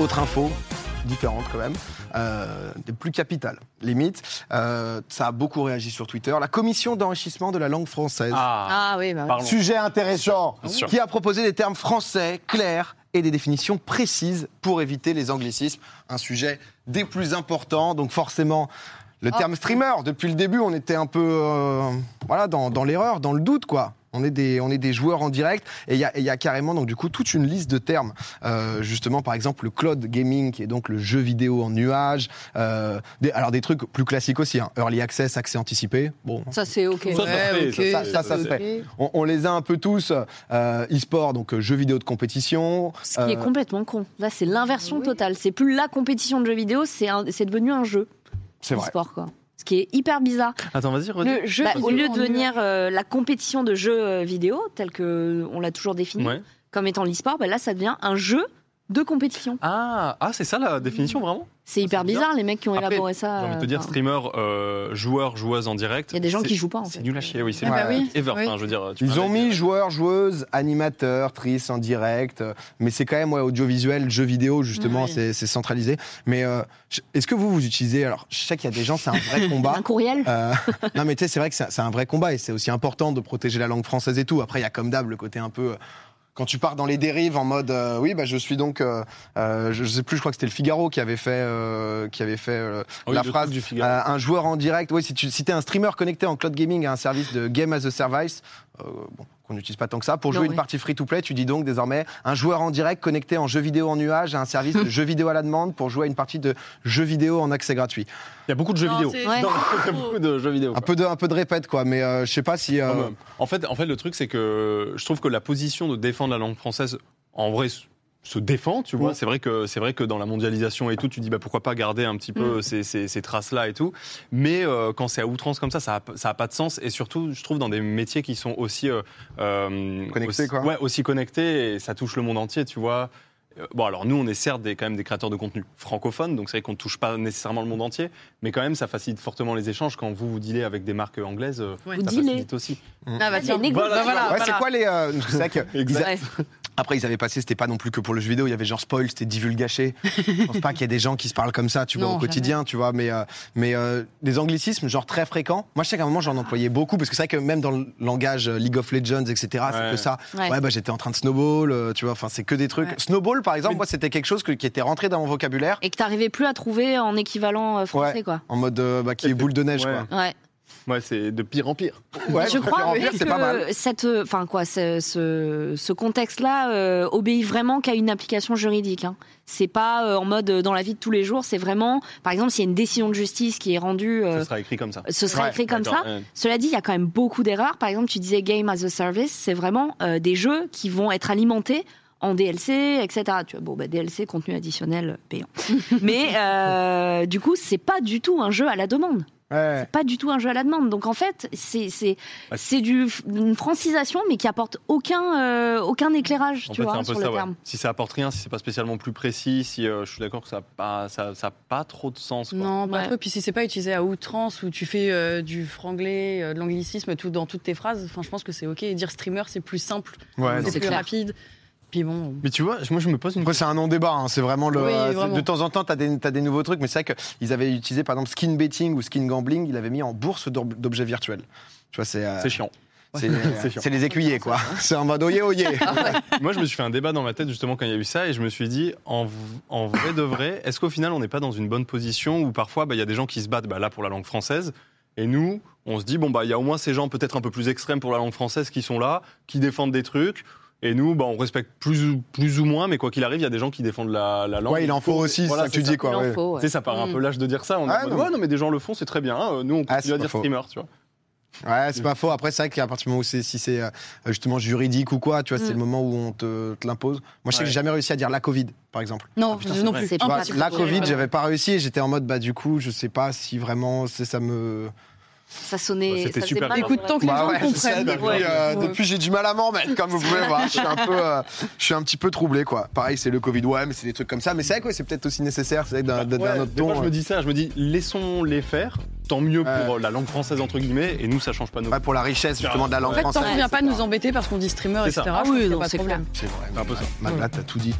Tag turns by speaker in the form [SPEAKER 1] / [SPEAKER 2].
[SPEAKER 1] Autre info, différente quand même, euh, des plus capitales, limite. Euh, ça a beaucoup réagi sur Twitter. La commission d'enrichissement de la langue française.
[SPEAKER 2] Ah,
[SPEAKER 3] Ah oui, bah oui.
[SPEAKER 2] pardon.
[SPEAKER 1] Sujet intéressant,
[SPEAKER 2] Bien sûr.
[SPEAKER 1] qui a proposé des termes français clairs et des définitions précises pour éviter les anglicismes. Un sujet des plus importants, donc forcément. Le
[SPEAKER 3] Oh.
[SPEAKER 1] terme streamer, depuis le début, on était un peu euh, voilà, dans, dans l'erreur, dans le doute, quoi. On est, des, on est des joueurs en direct et il y a, et il y a carrément donc du coup toute une liste de termes. Euh, justement, par exemple, le cloud gaming qui est donc le jeu vidéo en nuage. Euh, des- alors des trucs plus classiques aussi, hein. early access, accès anticipé. Bon,
[SPEAKER 3] Ça, c'est OK.
[SPEAKER 2] Ça, ça se fait,
[SPEAKER 3] ok,
[SPEAKER 2] ça,
[SPEAKER 1] ça, ça, ça se
[SPEAKER 3] ok.
[SPEAKER 1] on, on les a un peu tous. Euh, e-sport, donc euh, jeux vidéo de compétition.
[SPEAKER 3] Ce qui est
[SPEAKER 1] Euh,
[SPEAKER 3] complètement con. Là, c'est l'inversion totale. C'est plus la compétition de jeux vidéo, c'est un- c'est devenu un jeu.
[SPEAKER 1] C'est vrai.
[SPEAKER 3] sport quoi. Ce qui est hyper bizarre.
[SPEAKER 4] Attends, vas-y, redis.
[SPEAKER 5] Le jeu
[SPEAKER 3] Bah,
[SPEAKER 5] vidéo
[SPEAKER 3] au lieu de
[SPEAKER 5] en
[SPEAKER 3] devenir euh, la compétition de jeux euh, vidéo, tel que on l'a toujours défini,
[SPEAKER 4] Ouais.
[SPEAKER 3] comme étant l'e-sport, bah là, ça devient un jeu de compétition.
[SPEAKER 4] Ah, ah c'est ça la définition, vraiment
[SPEAKER 3] C'est hyper
[SPEAKER 4] c'est
[SPEAKER 3] bizarre,
[SPEAKER 4] bizarre.
[SPEAKER 3] les mecs qui ont
[SPEAKER 4] Après,
[SPEAKER 3] élaboré ça.
[SPEAKER 4] J'ai envie de te
[SPEAKER 3] euh,
[SPEAKER 4] dire,
[SPEAKER 3] enfin,
[SPEAKER 4] streamer, euh, joueur, joueuse en direct.
[SPEAKER 3] Il y a des gens
[SPEAKER 4] c'est-
[SPEAKER 3] qui jouent pas, en
[SPEAKER 4] C'est
[SPEAKER 3] fait.
[SPEAKER 4] nul à chier, oui, c'est
[SPEAKER 5] Ah bah
[SPEAKER 1] Ouais.
[SPEAKER 5] oui.
[SPEAKER 4] Ever,
[SPEAKER 5] oui.
[SPEAKER 4] enfin, je veux dire. tu
[SPEAKER 1] Ils
[SPEAKER 4] parles
[SPEAKER 1] ont
[SPEAKER 4] avec- euh,
[SPEAKER 1] mis joueurs, joueuses, animateurs, tristes en direct, euh, mais c'est quand même ouais, audiovisuel, jeux vidéo, justement,
[SPEAKER 5] Ah oui.
[SPEAKER 1] c'est c'est centralisé. Mais euh, je- est-ce que vous vous utilisez Alors, je sais qu'il y a des gens, c'est un vrai combat.
[SPEAKER 3] Un courriel
[SPEAKER 1] Euh, non, mais tu sais, c'est vrai que c'est c'est un vrai combat et c'est aussi important de protéger la langue française et tout. Après, il y a comme d'hab le côté un peu. euh, Quand tu pars dans les dérives en mode euh, oui bah je suis donc euh, euh, je, je sais plus je crois que c'était le Figaro qui avait fait euh, qui avait fait euh,
[SPEAKER 4] Ah oui,
[SPEAKER 1] la
[SPEAKER 4] le
[SPEAKER 1] phrase
[SPEAKER 4] truc du Figaro.
[SPEAKER 1] euh, un joueur en direct oui si tu si t'es un streamer connecté en cloud gaming à un service de game as a service euh, bon, qu'on n'utilise pas tant que ça pour
[SPEAKER 3] Non,
[SPEAKER 1] jouer
[SPEAKER 3] oui.
[SPEAKER 1] une partie free to play tu dis donc désormais un joueur en direct connecté en jeu vidéo en nuage à un service de jeu vidéo à la demande pour jouer à une partie de jeu vidéo en accès gratuit
[SPEAKER 4] Il y a beaucoup de jeux
[SPEAKER 5] Non,
[SPEAKER 4] vidéo.
[SPEAKER 5] c'est-
[SPEAKER 3] Ouais.
[SPEAKER 4] Non, il y a beaucoup de jeux vidéo.
[SPEAKER 1] un
[SPEAKER 4] quoi.
[SPEAKER 1] peu de un peu de répète quoi mais euh, je sais pas si euh,
[SPEAKER 4] Non, mais En, fait, en fait, le truc, c'est que je trouve que la position de défendre la langue française, en vrai, se- se défend, tu vois.
[SPEAKER 1] Mm.
[SPEAKER 4] C'est vrai que c'est vrai que dans la mondialisation et tout, tu dis bah pourquoi pas garder un petit
[SPEAKER 1] Mm.
[SPEAKER 4] peu ces, ces- ces traces-là et tout. Mais euh, quand c'est à outrance comme ça, ça a, p- ça a pas de sens. Et surtout, je trouve dans des métiers qui sont aussi euh, euh,
[SPEAKER 1] Connectés,
[SPEAKER 4] aussi-
[SPEAKER 1] quoi.
[SPEAKER 4] Ouais, aussi connectés et ça touche le monde entier, tu vois. Euh, Bon, alors nous, on est certes des, quand même des créateurs de contenu francophones, donc c'est vrai qu'on ne touche pas nécessairement le monde entier, mais quand même, ça facilite fortement les échanges quand vous vous dealez avec des marques anglaises. euh,
[SPEAKER 5] Ouais.
[SPEAKER 4] ça
[SPEAKER 3] Vous dealez.
[SPEAKER 4] facilite aussi.
[SPEAKER 5] Ah, bah,
[SPEAKER 3] Il y a
[SPEAKER 5] tiens.
[SPEAKER 3] une égo-
[SPEAKER 5] Bah, voilà,
[SPEAKER 1] Ouais,
[SPEAKER 5] voilà.
[SPEAKER 1] c'est quoi les. euh, parce que c'est vrai que ils a-
[SPEAKER 3] Ouais.
[SPEAKER 1] Après, ils avaient passé, c'était pas non plus que pour le jeu vidéo, il y avait genre spoil, c'était divulgaché. Je pense pas qu'il y ait des gens qui se parlent comme ça, tu vois,
[SPEAKER 5] Non,
[SPEAKER 1] au quotidien, tu vois, mais, euh, mais euh, des anglicismes, genre très fréquents. Moi, je sais qu'à un moment, j'en employais beaucoup, parce que c'est vrai que même dans le langage euh, League of Legends, etc., c'est
[SPEAKER 4] Ouais.
[SPEAKER 1] que ça. Ouais,
[SPEAKER 3] Ouais.
[SPEAKER 1] bah j'étais en train de snowball, euh, tu vois, enfin, c'est que des trucs.
[SPEAKER 5] Ouais.
[SPEAKER 1] Snowball, par exemple, moi, c'était quelque chose que- qui était rentré dans mon vocabulaire,
[SPEAKER 3] Et que t'arrivais plus à trouver en équivalent euh, français, quoi.
[SPEAKER 1] en mode euh, bah, qui est boule de neige,
[SPEAKER 4] Ouais.
[SPEAKER 3] Ouais.
[SPEAKER 4] Ouais, c'est de pire en pire.
[SPEAKER 1] quoi. Ouais,
[SPEAKER 3] je
[SPEAKER 1] préfère
[SPEAKER 3] crois
[SPEAKER 1] en
[SPEAKER 3] oui,
[SPEAKER 1] rire, c'est
[SPEAKER 3] que
[SPEAKER 1] pas mal.
[SPEAKER 3] cette, euh, enfin quoi, ce, ce- ce contexte-là euh, obéit vraiment qu'à une application juridique. Hein. C'est pas euh, en mode euh, dans la vie de tous les jours. C'est vraiment, par exemple, s'il y a une décision de justice qui est rendue, euh,
[SPEAKER 4] Ça sera écrit comme ça.
[SPEAKER 3] ce sera
[SPEAKER 1] Ouais,
[SPEAKER 3] écrit comme ça.
[SPEAKER 4] D'accord, Euh, ouais.
[SPEAKER 3] Cela dit, il y a quand même beaucoup d'erreurs. Par exemple, tu disais Game as a Service, c'est vraiment euh, des jeux qui vont être alimentés en DLC, etc. Tu vois, bon, bah, DLC, contenu additionnel payant. Mais euh, du coup, c'est pas du tout un jeu à la demande.
[SPEAKER 1] Ouais.
[SPEAKER 3] Pas du tout un jeu à la demande. Donc en fait, c'est c'est
[SPEAKER 4] Ouais.
[SPEAKER 3] c'est du une francisation, mais qui apporte aucun euh, aucun éclairage,
[SPEAKER 4] En
[SPEAKER 3] tu
[SPEAKER 4] fait,
[SPEAKER 3] vois,
[SPEAKER 4] c'est un
[SPEAKER 3] hein,
[SPEAKER 4] peu
[SPEAKER 3] sur
[SPEAKER 4] ça.
[SPEAKER 3] le
[SPEAKER 4] ouais.
[SPEAKER 3] terme.
[SPEAKER 4] Si ça apporte rien, si c'est pas spécialement plus précis, si euh, je suis d'accord que ça n'a pas, ça, ça a pas trop de sens. quoi.
[SPEAKER 5] Non, pas
[SPEAKER 3] Ouais.
[SPEAKER 5] trop. Puis si c'est pas utilisé à outrance où tu fais euh, du franglais, euh, de l'anglicisme tout, dans toutes tes phrases, enfin, je pense que c'est ok. Et dire streamer, c'est plus simple,
[SPEAKER 1] Ouais, non.
[SPEAKER 5] c'est plus
[SPEAKER 3] clair.
[SPEAKER 5] rapide. Puis bon.
[SPEAKER 4] Mais tu vois, moi je me pose une
[SPEAKER 1] Après, c'est un non-débat. hein. C'est vraiment le.
[SPEAKER 5] Oui,
[SPEAKER 1] euh, c'est-
[SPEAKER 5] vraiment.
[SPEAKER 1] De temps en temps, t'as des, t'as des nouveaux trucs, mais c'est vrai qu'ils avaient utilisé, par exemple, skin betting ou skin gambling, ils l'avaient mis en bourse d'ob- d'objets virtuels. Tu vois, c'est. euh,
[SPEAKER 4] C'est chiant.
[SPEAKER 1] c'est- euh,
[SPEAKER 4] c'est chiant.
[SPEAKER 1] C'est les écuyers, quoi. C'est en mode oyé, oyé.
[SPEAKER 4] Moi, je me suis fait un débat dans ma tête justement quand il y a eu ça et je me suis dit, en, v- en vrai de vrai, est-ce qu'au final on n'est pas dans une bonne position où parfois bah, il y a des gens qui se battent bah, là pour la langue française et nous, on se dit, bon, bah il y a au moins ces gens peut-être un peu plus extrêmes pour la langue française qui sont là, qui défendent des trucs et nous, bah, on respecte plus ou, plus ou moins, mais quoi qu'il arrive, il y a des gens qui défendent la, la langue.
[SPEAKER 1] ouais, il en faut aussi,
[SPEAKER 4] Voilà,
[SPEAKER 1] c'est ça que tu
[SPEAKER 4] c'est
[SPEAKER 1] dis,
[SPEAKER 4] ça.
[SPEAKER 1] quoi.
[SPEAKER 3] Il en
[SPEAKER 1] ouais.
[SPEAKER 3] faut, ouais.
[SPEAKER 4] Tu sais, ça paraît un peu lâche de dire ça. On est
[SPEAKER 1] Ah,
[SPEAKER 4] en mode,
[SPEAKER 1] non.
[SPEAKER 4] ouais, non, mais des gens le font, c'est très bien. hein, Nous, on
[SPEAKER 1] Ah,
[SPEAKER 4] continue
[SPEAKER 1] c'est
[SPEAKER 4] à
[SPEAKER 1] pas
[SPEAKER 4] dire
[SPEAKER 1] faux.
[SPEAKER 4] streamer, tu vois.
[SPEAKER 1] Ouais, c'est pas faux. Après, c'est vrai qu'à partir du moment où c'est, si c'est euh, justement juridique ou quoi, tu vois, c'est
[SPEAKER 3] Mm.
[SPEAKER 1] le moment où on te, te l'impose. Moi, je sais que
[SPEAKER 4] Ouais.
[SPEAKER 1] j'ai jamais réussi à dire la Covid, par exemple.
[SPEAKER 5] Non,
[SPEAKER 4] putain,
[SPEAKER 5] non
[SPEAKER 4] c'est
[SPEAKER 5] plus.
[SPEAKER 3] vrai.
[SPEAKER 1] Tu vois,
[SPEAKER 3] Impossible.
[SPEAKER 1] la Covid, j'avais pas réussi et j'étais en mode, bah, du coup, je sais pas si vraiment c'est- ça me.
[SPEAKER 3] Ça sonnait.
[SPEAKER 4] Ouais, c'était
[SPEAKER 3] ça faisait
[SPEAKER 4] super
[SPEAKER 3] pas
[SPEAKER 4] bien.
[SPEAKER 5] Écoute, tant que les gens
[SPEAKER 1] Bah ouais, c'est ça,
[SPEAKER 5] comprennent.
[SPEAKER 1] depuis,
[SPEAKER 5] Ouais.
[SPEAKER 1] euh,
[SPEAKER 5] Ouais.
[SPEAKER 1] depuis, j'ai du mal à m'en remettre, comme vous pouvez voir. Je suis un peu, euh, je suis un petit peu troublé, quoi. Pareil, c'est le Covid, ouais, mais c'est des trucs comme ça. Mais c'est vrai que ouais, c'est peut-être aussi nécessaire, c'est vrai, d'un d'un-
[SPEAKER 4] Bah, Ouais,
[SPEAKER 1] d'un autre
[SPEAKER 4] des fois,
[SPEAKER 1] ton.
[SPEAKER 4] je me dis ça, je me dis laissons-les faire, tant mieux
[SPEAKER 1] Ouais.
[SPEAKER 4] pour euh, la langue française entre guillemets, et nous ça change pas nos.
[SPEAKER 1] euh, ouais, pour la richesse justement de la
[SPEAKER 4] En
[SPEAKER 1] langue
[SPEAKER 5] En fait, tant
[SPEAKER 1] française.
[SPEAKER 5] qu'on vient pas nous embêter parce qu'on dit streamer,
[SPEAKER 4] C'est
[SPEAKER 5] etc.
[SPEAKER 4] ça.
[SPEAKER 5] je
[SPEAKER 3] Ah
[SPEAKER 5] pense
[SPEAKER 3] oui,
[SPEAKER 5] qu'il y a
[SPEAKER 3] non,
[SPEAKER 5] pas de
[SPEAKER 3] c'est
[SPEAKER 5] problème.
[SPEAKER 1] C'est vrai,
[SPEAKER 4] un peu ça.
[SPEAKER 1] Matt, là, t'as tout dit.